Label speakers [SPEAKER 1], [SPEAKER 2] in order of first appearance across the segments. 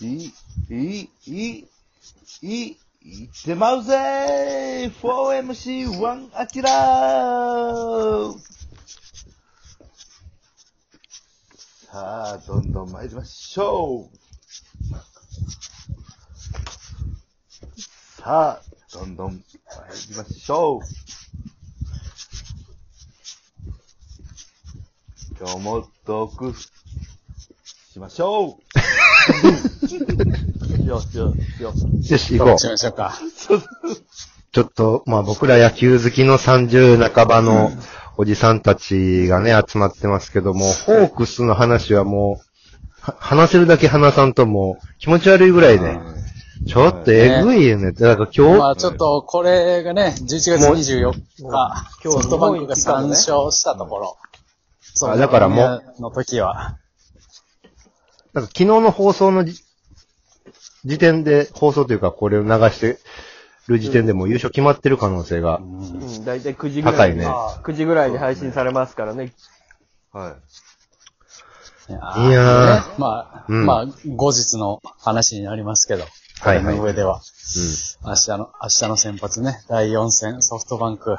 [SPEAKER 1] い、い、い、い、いってまうぜ !4MC1 アキラーさあ、どんどん参りましょうさあ、どんどん参りましょう今日もトークしましょうよしよしよし。
[SPEAKER 2] よし、行こう。
[SPEAKER 3] しましょうか。
[SPEAKER 2] ちょっと、まあ僕ら野球好きの30半ばのおじさんたちがね、集まってますけども、ホークスの話はもう、は話せるだけ話さんともう気持ち悪いぐらいね、ちょっとえぐいよね。だから
[SPEAKER 3] ま
[SPEAKER 2] 今
[SPEAKER 3] あちょっと、これがね、11月24日、
[SPEAKER 1] 今日
[SPEAKER 3] ソフトバンクが3勝したところ。そ
[SPEAKER 2] あだからもう。
[SPEAKER 3] の時は。
[SPEAKER 2] 日、なんか昨日の放送のじ時点で、放送というかこれを流してる時点でもう優勝決まってる可能性が、
[SPEAKER 4] うん、だいたい9時ぐらいに、
[SPEAKER 2] 高
[SPEAKER 4] 9時ぐらいに配信されますからね。
[SPEAKER 1] はい。
[SPEAKER 3] いや
[SPEAKER 2] いやー
[SPEAKER 3] ねまあ、
[SPEAKER 2] うん
[SPEAKER 3] まあ、後日の話になりますけど、
[SPEAKER 2] はいはい
[SPEAKER 3] これの上では。
[SPEAKER 2] う
[SPEAKER 3] 明日の、明日の先発ね、第4戦、ソフトバンク。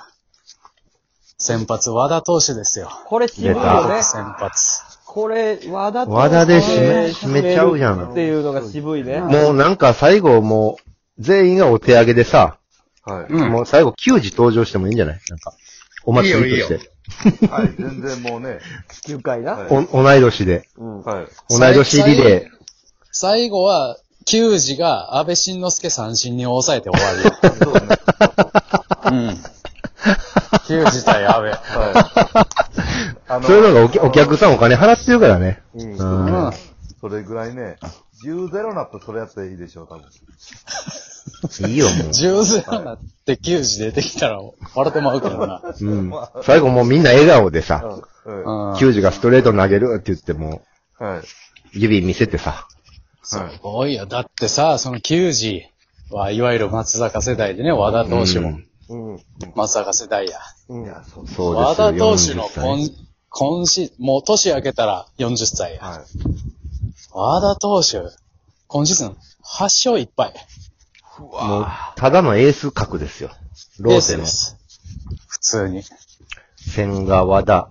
[SPEAKER 3] 先発、和田投手ですよ。
[SPEAKER 4] これ渋い
[SPEAKER 2] 出た
[SPEAKER 4] よね。
[SPEAKER 3] 先発。
[SPEAKER 4] これ、和田と
[SPEAKER 2] 和田で締め
[SPEAKER 4] えー
[SPEAKER 2] 締めちゃうやん
[SPEAKER 4] 締めるっていうのが渋いね。
[SPEAKER 2] もうなんか最後もう、全員がお手上げでさ、
[SPEAKER 1] はい。
[SPEAKER 3] うん
[SPEAKER 2] もう最後球児登場してもいいんじゃないなんか、お祭りとして。
[SPEAKER 1] はい、全然もうね。
[SPEAKER 4] 9回な。
[SPEAKER 1] はい。
[SPEAKER 2] お、同い年で。
[SPEAKER 4] うん。
[SPEAKER 1] はい。
[SPEAKER 2] 同い年リレ
[SPEAKER 3] 最後は、球児が安倍晋之助三振に抑えて終わりよ。
[SPEAKER 1] そうね。
[SPEAKER 3] うん。球児対安倍。
[SPEAKER 1] はい。あ
[SPEAKER 2] ー。そういうのがお客お客さんお金払ってるからね。
[SPEAKER 1] うん
[SPEAKER 2] うん。
[SPEAKER 1] それぐらいね、10-0になったらそれやったらいいでしょう、多分。
[SPEAKER 2] いいよ、もう。
[SPEAKER 3] 10ゼロなって球児出てきたら笑ってまうけどな。
[SPEAKER 2] うん。最後もうみんな笑顔でさ、
[SPEAKER 1] は
[SPEAKER 3] うん。
[SPEAKER 2] 球児がストレート投げるって言っても、
[SPEAKER 1] い。はい。
[SPEAKER 2] 指見せてさ。
[SPEAKER 3] すごいよ。だってさ、その球児は、いわゆる松坂世代でね、和田投手も。
[SPEAKER 4] うん。
[SPEAKER 3] 松坂世代や。
[SPEAKER 1] いや、そうです。
[SPEAKER 2] そうで
[SPEAKER 3] 和
[SPEAKER 2] すよ。
[SPEAKER 3] 田投手
[SPEAKER 2] 40
[SPEAKER 3] の
[SPEAKER 2] 歳
[SPEAKER 3] 今、今シもう年明けたら40歳や。
[SPEAKER 1] はい。
[SPEAKER 3] 和田投手、今シーズン8勝1敗。
[SPEAKER 2] もう、ただのエース格ですよ。ロ
[SPEAKER 3] レ
[SPEAKER 2] ー
[SPEAKER 3] ース
[SPEAKER 2] テの
[SPEAKER 3] で。す。普通に。
[SPEAKER 2] 千賀和田、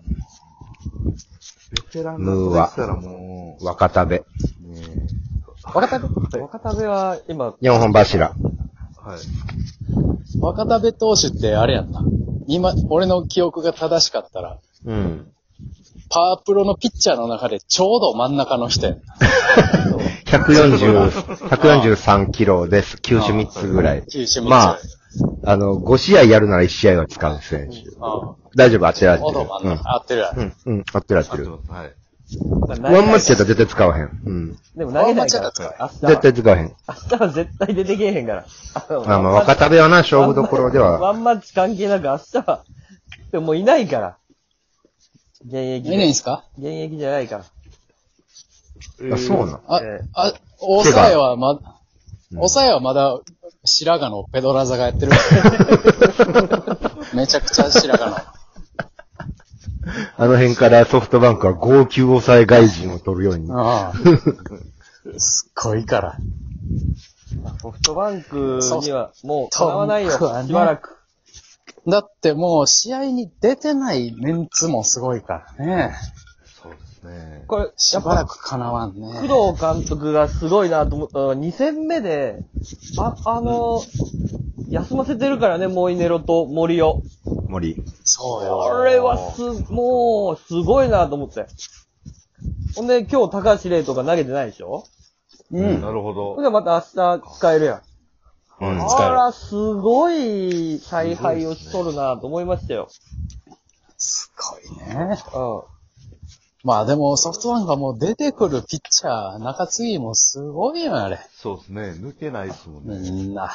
[SPEAKER 1] ベテランがそれしたらも
[SPEAKER 2] 若田部、
[SPEAKER 1] う、ね
[SPEAKER 3] 若田、
[SPEAKER 4] 若田部は今、
[SPEAKER 2] 四本柱。
[SPEAKER 1] はい。
[SPEAKER 3] 若田部投手ってあれやんな。今、俺の記憶が正しかったら、
[SPEAKER 2] うん。
[SPEAKER 3] パワープロのピッチャーの中でちょうど真ん中の人やんな。
[SPEAKER 2] 140、143キロです。球種3つぐらい。
[SPEAKER 3] 球種3つ
[SPEAKER 2] まあ、あの、5試合やるなら1試合は使う選手。
[SPEAKER 3] うん。
[SPEAKER 2] 大丈夫、当てられ
[SPEAKER 3] ちょ
[SPEAKER 2] て
[SPEAKER 3] うど
[SPEAKER 2] る。
[SPEAKER 3] 真ん中、合ってるやん。
[SPEAKER 2] うん、うん、うん、合ってる合っ
[SPEAKER 1] あと
[SPEAKER 2] てる。
[SPEAKER 1] はい。
[SPEAKER 4] まあ投げ
[SPEAKER 2] ワンマ
[SPEAKER 4] な
[SPEAKER 2] ッ
[SPEAKER 4] い
[SPEAKER 2] チやったら絶対使わへん。うん。
[SPEAKER 4] でも投げないから。明日
[SPEAKER 2] 絶
[SPEAKER 4] は、
[SPEAKER 2] 対使わへん。
[SPEAKER 4] 明日は絶対出てけえへんから。
[SPEAKER 2] まあまあ、若田部はな、勝負どころでは。
[SPEAKER 4] ワンマッチ関係なく明日は、でももういないから。現役
[SPEAKER 3] いないん
[SPEAKER 4] で。
[SPEAKER 3] すか
[SPEAKER 4] 現役じゃないから。
[SPEAKER 2] あそうなの。
[SPEAKER 3] あ
[SPEAKER 4] ええ、
[SPEAKER 3] あ、抑えはま、抑えはまだ、白髪のペドラザがやって るから。めちゃくちゃ白髪の。
[SPEAKER 2] あの辺からソフトバンクは号泣抑え外人を取るように。
[SPEAKER 3] ああ。すっごいから。
[SPEAKER 4] ソフトバンク
[SPEAKER 3] ソ
[SPEAKER 4] に
[SPEAKER 3] フ
[SPEAKER 4] はもうかなわないよ、
[SPEAKER 3] ソフトバンクはね
[SPEAKER 4] しばらく。
[SPEAKER 3] だってもう試合に出てないメンツもすごいからね。
[SPEAKER 1] そうですね。
[SPEAKER 4] これ、
[SPEAKER 3] し
[SPEAKER 4] やっ
[SPEAKER 3] ばら
[SPEAKER 4] ぱ、
[SPEAKER 3] くかなわんね。
[SPEAKER 4] 工藤監督がすごいなと思ったのが、2戦目で、あ、あの、休ませてるからね、モイネロと森を。
[SPEAKER 2] 森。
[SPEAKER 3] そう
[SPEAKER 4] こ
[SPEAKER 3] よ。
[SPEAKER 4] れはす、もう、すごいなと思って。ほんで、今日高橋玲とか投げてないでしょ
[SPEAKER 3] うん。
[SPEAKER 1] なるほ
[SPEAKER 4] ほん
[SPEAKER 1] ど。
[SPEAKER 4] で、また明日使えるやん。
[SPEAKER 2] うん。
[SPEAKER 3] 使え
[SPEAKER 4] あ
[SPEAKER 3] る
[SPEAKER 4] ら、すごい采配をしとるなと思いましたよ。
[SPEAKER 3] すごいね。
[SPEAKER 4] うん。
[SPEAKER 3] まあでもソフトバンクはもう出てくるピッチャー、中継ぎもすごいよ、あれ。
[SPEAKER 1] そうですね。抜けないですもんね。
[SPEAKER 3] みんな。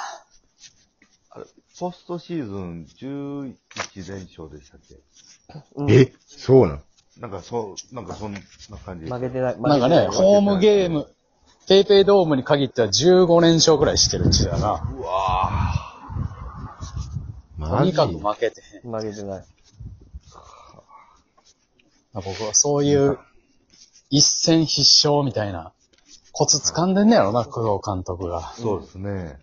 [SPEAKER 1] ポストシーズン11連勝でしたっけ
[SPEAKER 2] え、そうなの
[SPEAKER 1] なんかそう、なんかそんな感じ。
[SPEAKER 4] 負けてない。
[SPEAKER 3] なんかね、ホームゲーム、ペイペイドームに限っては15連勝ぐらいしてるうちだな。
[SPEAKER 1] うわ
[SPEAKER 3] と
[SPEAKER 2] マ
[SPEAKER 3] に
[SPEAKER 2] ジ
[SPEAKER 3] かく負けてへん。
[SPEAKER 4] 負けてない。
[SPEAKER 3] 僕はそういう一戦必勝みたいな、コツ掴んでんねやろな、工藤監督が。
[SPEAKER 2] そうですね。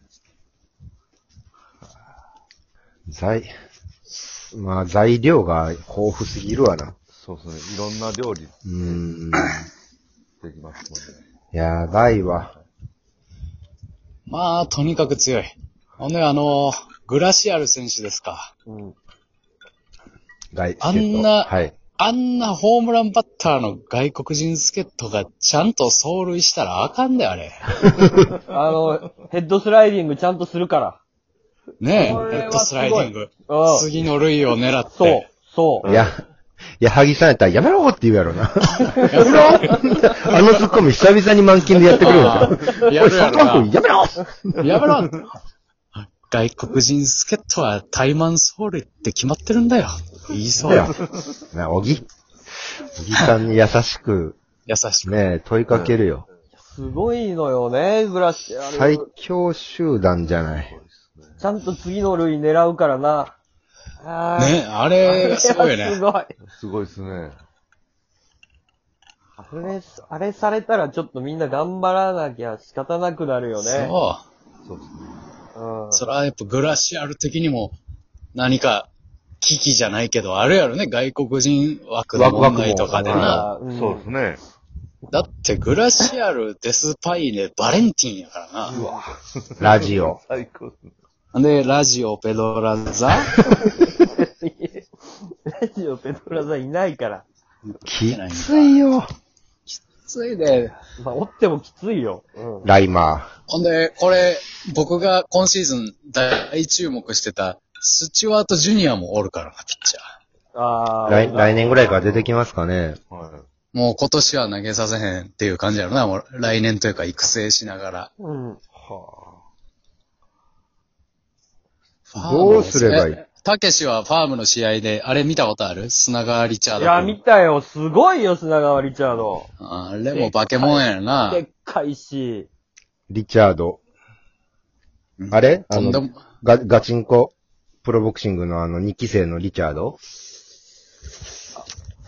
[SPEAKER 2] 材、まあ材料が豊富すぎるわな。
[SPEAKER 1] そうですね。いろんな料理
[SPEAKER 2] うーん。
[SPEAKER 1] できますもんね。
[SPEAKER 2] やばいわ。
[SPEAKER 3] まあ、とにかく強い。ほんで、あの、グラシアル選手ですか。
[SPEAKER 4] うん。
[SPEAKER 2] 外
[SPEAKER 3] あんな
[SPEAKER 2] はい。
[SPEAKER 3] あんなホームランバッターの外国人助っ人がちゃんと走塁したらあかんで、あれ。
[SPEAKER 4] あの、ヘッドスライディングちゃんとするから。
[SPEAKER 3] ね
[SPEAKER 4] こ
[SPEAKER 3] え、
[SPEAKER 4] れ
[SPEAKER 3] ヘ
[SPEAKER 4] は
[SPEAKER 3] ッドスライディング。
[SPEAKER 4] うん。
[SPEAKER 3] 次の塁を狙って。
[SPEAKER 4] そう。そ
[SPEAKER 2] いや、矢作さんやったらやめろって言うやろな。やめろあのツッコミ久々に満勤でやってくれる
[SPEAKER 3] あ
[SPEAKER 2] んですよ。
[SPEAKER 3] ーや
[SPEAKER 2] おい、
[SPEAKER 3] るや
[SPEAKER 2] 佐
[SPEAKER 3] ろ
[SPEAKER 2] 藤
[SPEAKER 3] な
[SPEAKER 2] 君やめろ
[SPEAKER 3] やめろ外国人助っ人は怠慢走塁って決まってるんだよ。言いそうよ。
[SPEAKER 2] な、おぎ。おぎさんに優しく、
[SPEAKER 3] 優しく。
[SPEAKER 2] ね、問いかけるよ。
[SPEAKER 4] う。すごいのよね、グラシアル。
[SPEAKER 2] 最強集団じゃない。
[SPEAKER 4] ちゃんと次の類狙うからな。あー
[SPEAKER 3] ねえ、あれ、すごいよ
[SPEAKER 4] あれは す
[SPEAKER 3] ね。
[SPEAKER 4] ごい。
[SPEAKER 1] すごいですね。
[SPEAKER 4] あれ、あれされたらちょっとみんな頑張らなきゃ仕方なくなるよね。
[SPEAKER 3] そ
[SPEAKER 1] そうですね。
[SPEAKER 4] うん
[SPEAKER 3] う。それはやっぱグラシアル的にも何か危機じゃないけど、あるやろね。外国人枠の問題とかでな。
[SPEAKER 4] あーうん
[SPEAKER 1] そうですね。
[SPEAKER 3] だってグラシアル、デスパイネ、バレンティンやから
[SPEAKER 1] うわ。
[SPEAKER 2] ラジオ。
[SPEAKER 1] 最高っすね。
[SPEAKER 3] な。で、ラジオ、ペドラ ザ。
[SPEAKER 4] ラジオペトラザいないから。
[SPEAKER 2] きついよ。
[SPEAKER 3] ついで、
[SPEAKER 4] まあ、おってもきついよ。うん。
[SPEAKER 2] ライマ
[SPEAKER 3] ほんで、これ、僕が今シーズン大注目してた、スチュワート・ジュニアもおるからな、ピッチャー。
[SPEAKER 4] あ
[SPEAKER 2] ー。
[SPEAKER 4] あ。
[SPEAKER 2] 来来年ぐらいから出てきますかね。
[SPEAKER 1] は
[SPEAKER 3] もう今年は投げさせへんっていう感じやろな、もう来年というか育成しながら。
[SPEAKER 4] うん。
[SPEAKER 2] どうすればいい
[SPEAKER 3] えたけしはファームの試合で、あれ見たことある砂川リチャー
[SPEAKER 4] い
[SPEAKER 3] ド
[SPEAKER 4] や、
[SPEAKER 3] 君。
[SPEAKER 4] 見たよ。すごいよ、砂川リチャード。
[SPEAKER 3] あれも化け物やな
[SPEAKER 4] で。っかいし。
[SPEAKER 2] リチャード。
[SPEAKER 3] うん
[SPEAKER 2] あれあ
[SPEAKER 3] とんで
[SPEAKER 2] の
[SPEAKER 3] も、
[SPEAKER 2] ガ、ガチンコ、プロボクシングのあの2期生のリチャード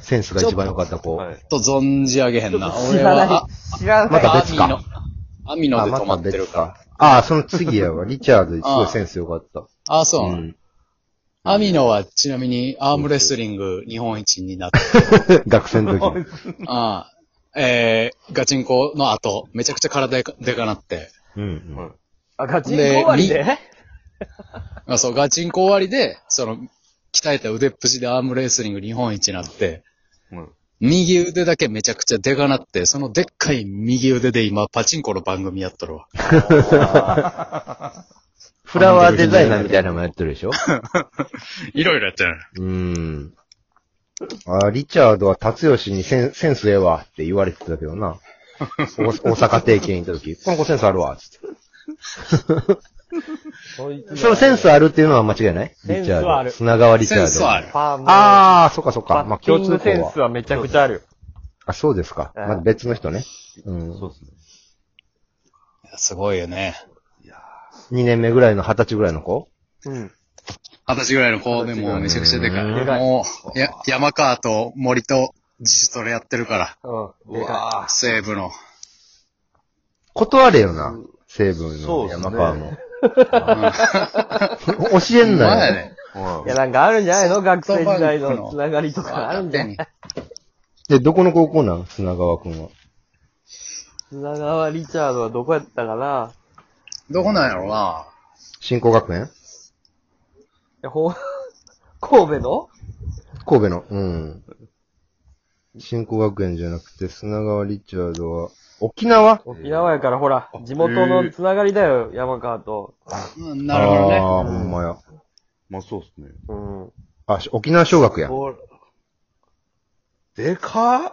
[SPEAKER 2] センスが一番良かった
[SPEAKER 1] い。
[SPEAKER 2] 子。
[SPEAKER 1] はい。
[SPEAKER 3] ちょっと存じ上げへんな。
[SPEAKER 4] 知
[SPEAKER 3] 俺
[SPEAKER 4] ら
[SPEAKER 3] は
[SPEAKER 4] な、い。知ら
[SPEAKER 2] ま
[SPEAKER 4] ない。
[SPEAKER 2] た
[SPEAKER 3] あ
[SPEAKER 2] 別か
[SPEAKER 3] 網の、網ので止まってるから。
[SPEAKER 2] ああ、その次やわ。リチャード、すごいセンス良かった。
[SPEAKER 3] ああ、そう
[SPEAKER 2] う
[SPEAKER 3] なの。
[SPEAKER 2] ん。
[SPEAKER 3] アミノはちなみにアームレスリング日本一になって、
[SPEAKER 2] 学生の時に。
[SPEAKER 3] ああえー、ガチンコの後、めちゃくちゃ体でかでかなって、
[SPEAKER 2] うん
[SPEAKER 1] は
[SPEAKER 2] う
[SPEAKER 1] い
[SPEAKER 2] ん。
[SPEAKER 4] あ、ガチンコ終わりで
[SPEAKER 3] あそう、ガチンコ終わりで、その、鍛えた腕っぷしでアームレスリング日本一になって、
[SPEAKER 1] うん
[SPEAKER 3] 右腕だけめちゃくちゃでかなって、そのでっかい右腕で今、パチンコの番組やっとるわ。
[SPEAKER 2] フラワーデザイナーみたいなのもやってるでしょ
[SPEAKER 3] いろいろやってる。
[SPEAKER 2] うん。あーリチャードは達吉にセンセンスええわって言われてたけどな。お大阪定期に行った時、この子センスあるわ、つって。
[SPEAKER 4] そいつ
[SPEAKER 2] そのセンスあるっていうのは間違いない
[SPEAKER 4] センスはある
[SPEAKER 2] リチャード砂川リチャー
[SPEAKER 3] セ
[SPEAKER 2] ド。
[SPEAKER 3] ンスはある。
[SPEAKER 4] パーム。
[SPEAKER 2] あー、そっかそっか。
[SPEAKER 4] バ
[SPEAKER 2] まあ
[SPEAKER 4] ッティ
[SPEAKER 2] 共通
[SPEAKER 4] ングセ
[SPEAKER 2] 項
[SPEAKER 4] ン
[SPEAKER 2] は
[SPEAKER 4] ス。はめちゃくちゃある。
[SPEAKER 2] あ、そうですか。まあ、別の人ね。うん。
[SPEAKER 1] そう
[SPEAKER 2] 2
[SPEAKER 1] ですね。
[SPEAKER 3] すごいよね。
[SPEAKER 2] 年目ぐらいの、二十歳ぐらいの子
[SPEAKER 4] うん。
[SPEAKER 3] 二十歳ぐらいの子でもめちゃくちゃでか
[SPEAKER 2] うん
[SPEAKER 4] でか
[SPEAKER 3] い。
[SPEAKER 4] い
[SPEAKER 3] もう、や、山川と森と自主トレやってるから、
[SPEAKER 4] うん。
[SPEAKER 1] うわ
[SPEAKER 3] 西部の。
[SPEAKER 2] 断れよな。西部
[SPEAKER 1] そう
[SPEAKER 2] の
[SPEAKER 1] ですね
[SPEAKER 2] 山川の。教えん
[SPEAKER 3] ま
[SPEAKER 2] な
[SPEAKER 3] だ
[SPEAKER 2] よ。
[SPEAKER 3] ね。
[SPEAKER 1] はい
[SPEAKER 4] や、なんかあるんじゃないの学生時代のつながりとかあるんじゃない
[SPEAKER 2] で、どこの高校なん砂川くんは。
[SPEAKER 4] 砂川リチャードはどこやったかな
[SPEAKER 3] どこなんやろうな。
[SPEAKER 2] 新興学園
[SPEAKER 4] いやほん、 神戸の
[SPEAKER 2] 神戸の。うん。新興学園じゃなくて、砂川リチャードは、沖縄
[SPEAKER 4] 沖縄やからほら、地元のつながりだよ、山川と。
[SPEAKER 3] うんなるほど
[SPEAKER 2] あ
[SPEAKER 3] ね。
[SPEAKER 2] あ、ほんまや。
[SPEAKER 1] まあそうですね。
[SPEAKER 4] うん。
[SPEAKER 2] あ、し沖縄小学や。
[SPEAKER 1] ほらでかっ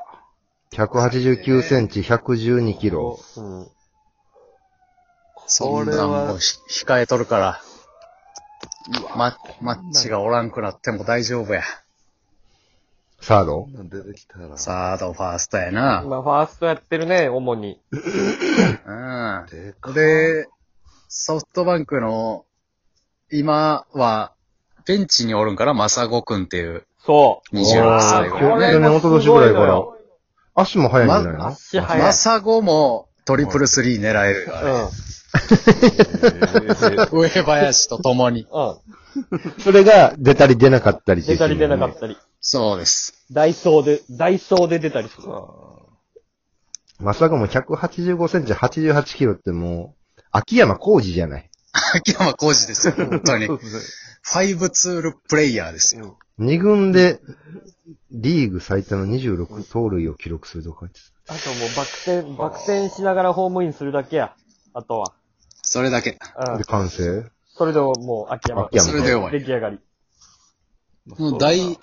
[SPEAKER 2] 189センチ、112キロ。
[SPEAKER 4] うん。
[SPEAKER 3] そんなんもひ控えとるから。ママッチがおらんくなっても大丈夫や。
[SPEAKER 2] サード
[SPEAKER 1] こんなん出てきたら。
[SPEAKER 3] サード、ファーストやな。
[SPEAKER 4] まあ、ファーストやってるね、主に。
[SPEAKER 3] う
[SPEAKER 1] でか
[SPEAKER 3] ん。で、ソフトバンクの、今は、ベンチにおるんかな、マサゴくんっていう、
[SPEAKER 4] そう。
[SPEAKER 3] 26
[SPEAKER 2] あ
[SPEAKER 3] 歳
[SPEAKER 2] ー
[SPEAKER 3] ぐ
[SPEAKER 2] 去
[SPEAKER 3] らい
[SPEAKER 2] 年、一昨年ぐらいから。足も速いんじゃないの、
[SPEAKER 4] 足速い
[SPEAKER 3] マ。サゴもトリプルスリー狙えるよ、あれ上林と共に。
[SPEAKER 4] うん。うん。
[SPEAKER 2] それが出たり出なかったりってい
[SPEAKER 4] 出
[SPEAKER 2] うこ
[SPEAKER 4] た
[SPEAKER 2] と
[SPEAKER 4] り
[SPEAKER 2] だ
[SPEAKER 4] 出
[SPEAKER 2] よね
[SPEAKER 4] なかったり。
[SPEAKER 3] そうです。
[SPEAKER 4] ダイソーで、ダイソーで出たりする。
[SPEAKER 2] まさかも185センチ88キロってもう、秋山浩二じゃない。
[SPEAKER 3] 秋山浩二ですよ、本当に。ファイブツールプレイヤーですよ。
[SPEAKER 2] 二軍で、リーグ最多の26盗塁を記録するとか言って
[SPEAKER 4] あともうバク転、バク転しながらホームインするだけや。あとは。
[SPEAKER 3] それだけ。
[SPEAKER 2] た
[SPEAKER 4] う
[SPEAKER 2] で、
[SPEAKER 4] ん。
[SPEAKER 2] 完成
[SPEAKER 4] それでもう秋山。
[SPEAKER 2] 秋山
[SPEAKER 3] それで終わ
[SPEAKER 4] 出
[SPEAKER 3] り。
[SPEAKER 4] 来上がり。
[SPEAKER 3] もう大、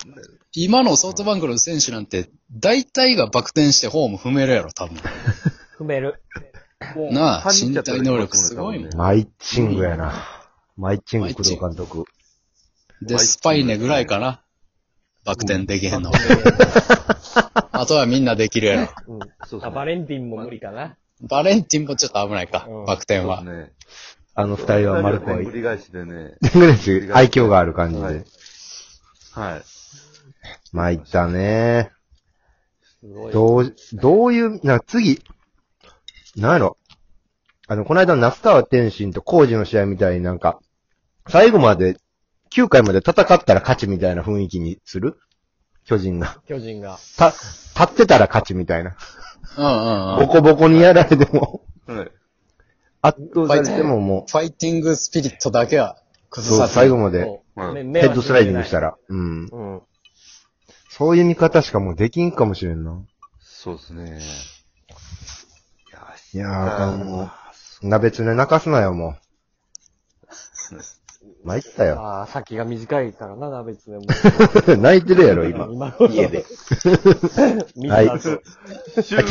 [SPEAKER 3] 今のソフトバンクの選手なんて、大体がバク転してホーム踏めるやろ、多分。
[SPEAKER 4] 踏める。もう
[SPEAKER 3] なあ、
[SPEAKER 1] 三人
[SPEAKER 3] 身
[SPEAKER 1] じゃったら
[SPEAKER 3] 体能力すごいもん。
[SPEAKER 2] マイチングやな。マイチング、工藤監督。
[SPEAKER 3] で、スパイネぐらいかな。バク転できへんの。 あとはみんなできるやろ。
[SPEAKER 4] うん。
[SPEAKER 1] そう
[SPEAKER 4] あ、バレンティンも無理かな。
[SPEAKER 3] バレンティンもちょっと危ないか
[SPEAKER 4] うん、
[SPEAKER 3] バク転
[SPEAKER 1] そうで
[SPEAKER 3] は。
[SPEAKER 1] すね。
[SPEAKER 2] あの二人は丸子は、
[SPEAKER 1] 繰り返しでね。
[SPEAKER 2] 愛嬌がある感じ
[SPEAKER 1] は
[SPEAKER 2] で
[SPEAKER 1] い。。はい。
[SPEAKER 2] 参ったね。
[SPEAKER 4] すごい。
[SPEAKER 2] どう、どういう、な、次、なんやろ。あの、この間、那須川天心と工事の試合みたいになんか、最後まで、9回まで戦ったら勝ちみたいな雰囲気にする巨人が。
[SPEAKER 4] 巨人が。
[SPEAKER 2] た、立ってたら勝ちみたいな。
[SPEAKER 3] うんうんう
[SPEAKER 2] ボ
[SPEAKER 3] ん。
[SPEAKER 2] コボコにやられても、
[SPEAKER 1] はい。
[SPEAKER 2] 圧倒されてもも
[SPEAKER 3] ファイティングスピリットだけは
[SPEAKER 2] う、
[SPEAKER 3] 崩
[SPEAKER 2] そ
[SPEAKER 3] さ
[SPEAKER 2] う、
[SPEAKER 3] ず
[SPEAKER 2] 最後まで、
[SPEAKER 4] そう
[SPEAKER 1] うん
[SPEAKER 4] 目
[SPEAKER 2] ヘッドスライディングした
[SPEAKER 4] ら。
[SPEAKER 2] ら。うん。
[SPEAKER 4] うん。
[SPEAKER 2] そういう見方しかもうできんかもしれんな。
[SPEAKER 1] そうですね。
[SPEAKER 2] いやー、あかんもう、な別に泣かすなよ、もう。参ったよ。
[SPEAKER 4] ああ、先が短いからな、鍋つねも。
[SPEAKER 2] 泣いてるやろ、今。
[SPEAKER 4] 今頃
[SPEAKER 2] 家で。
[SPEAKER 4] 見た後
[SPEAKER 2] はい
[SPEAKER 1] 収録